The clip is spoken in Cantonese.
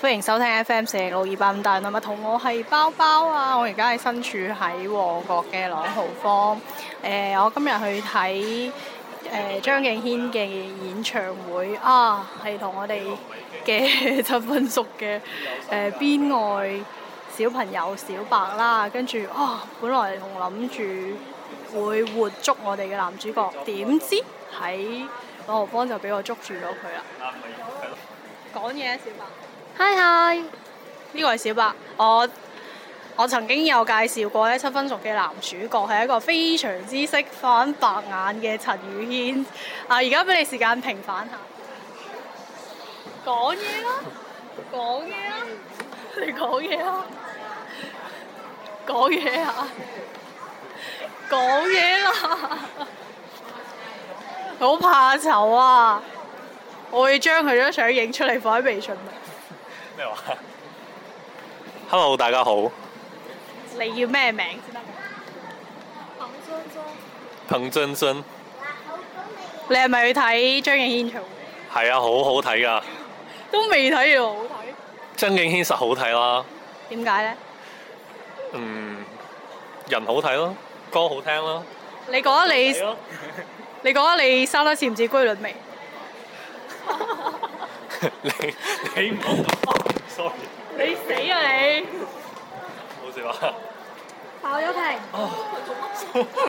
歡迎收聽 FM 四六二八五大內密同我係包包啊！我而家係身處喺旺角嘅朗豪坊。誒、呃，我今日去睇誒、呃、張敬軒嘅演唱會啊，係同我哋嘅陳芬淑嘅誒邊外小朋友小白啦，跟住啊，本來仲諗住會活捉我哋嘅男主角，點知喺朗豪坊就俾我捉住咗佢啦。講嘢啊，小白。嗨嗨，呢個係小白，我我曾經有介紹過咧，《七分熟》嘅男主角係一個非常之識反白眼嘅陳宇軒。啊，而家俾你時間平反下，講嘢啦，講嘢啦，你講嘢啦，講嘢啊，講嘢啦，好怕醜啊！我會將佢張相影出嚟放喺微信度。咩話？Hello，大家好，你要咩名先得？彭真真，你係咪去睇張敬軒演唱會？係啊，好好睇噶，都未睇啊又好睇，張敬軒實好睇啦，點解呢？嗯，人好睇咯，歌好聽咯，你覺得你係咯 你覺得你生得似唔似居律薇？你你唔好，sorry，你死啊你！啊冇事吧？爆咗屏，哦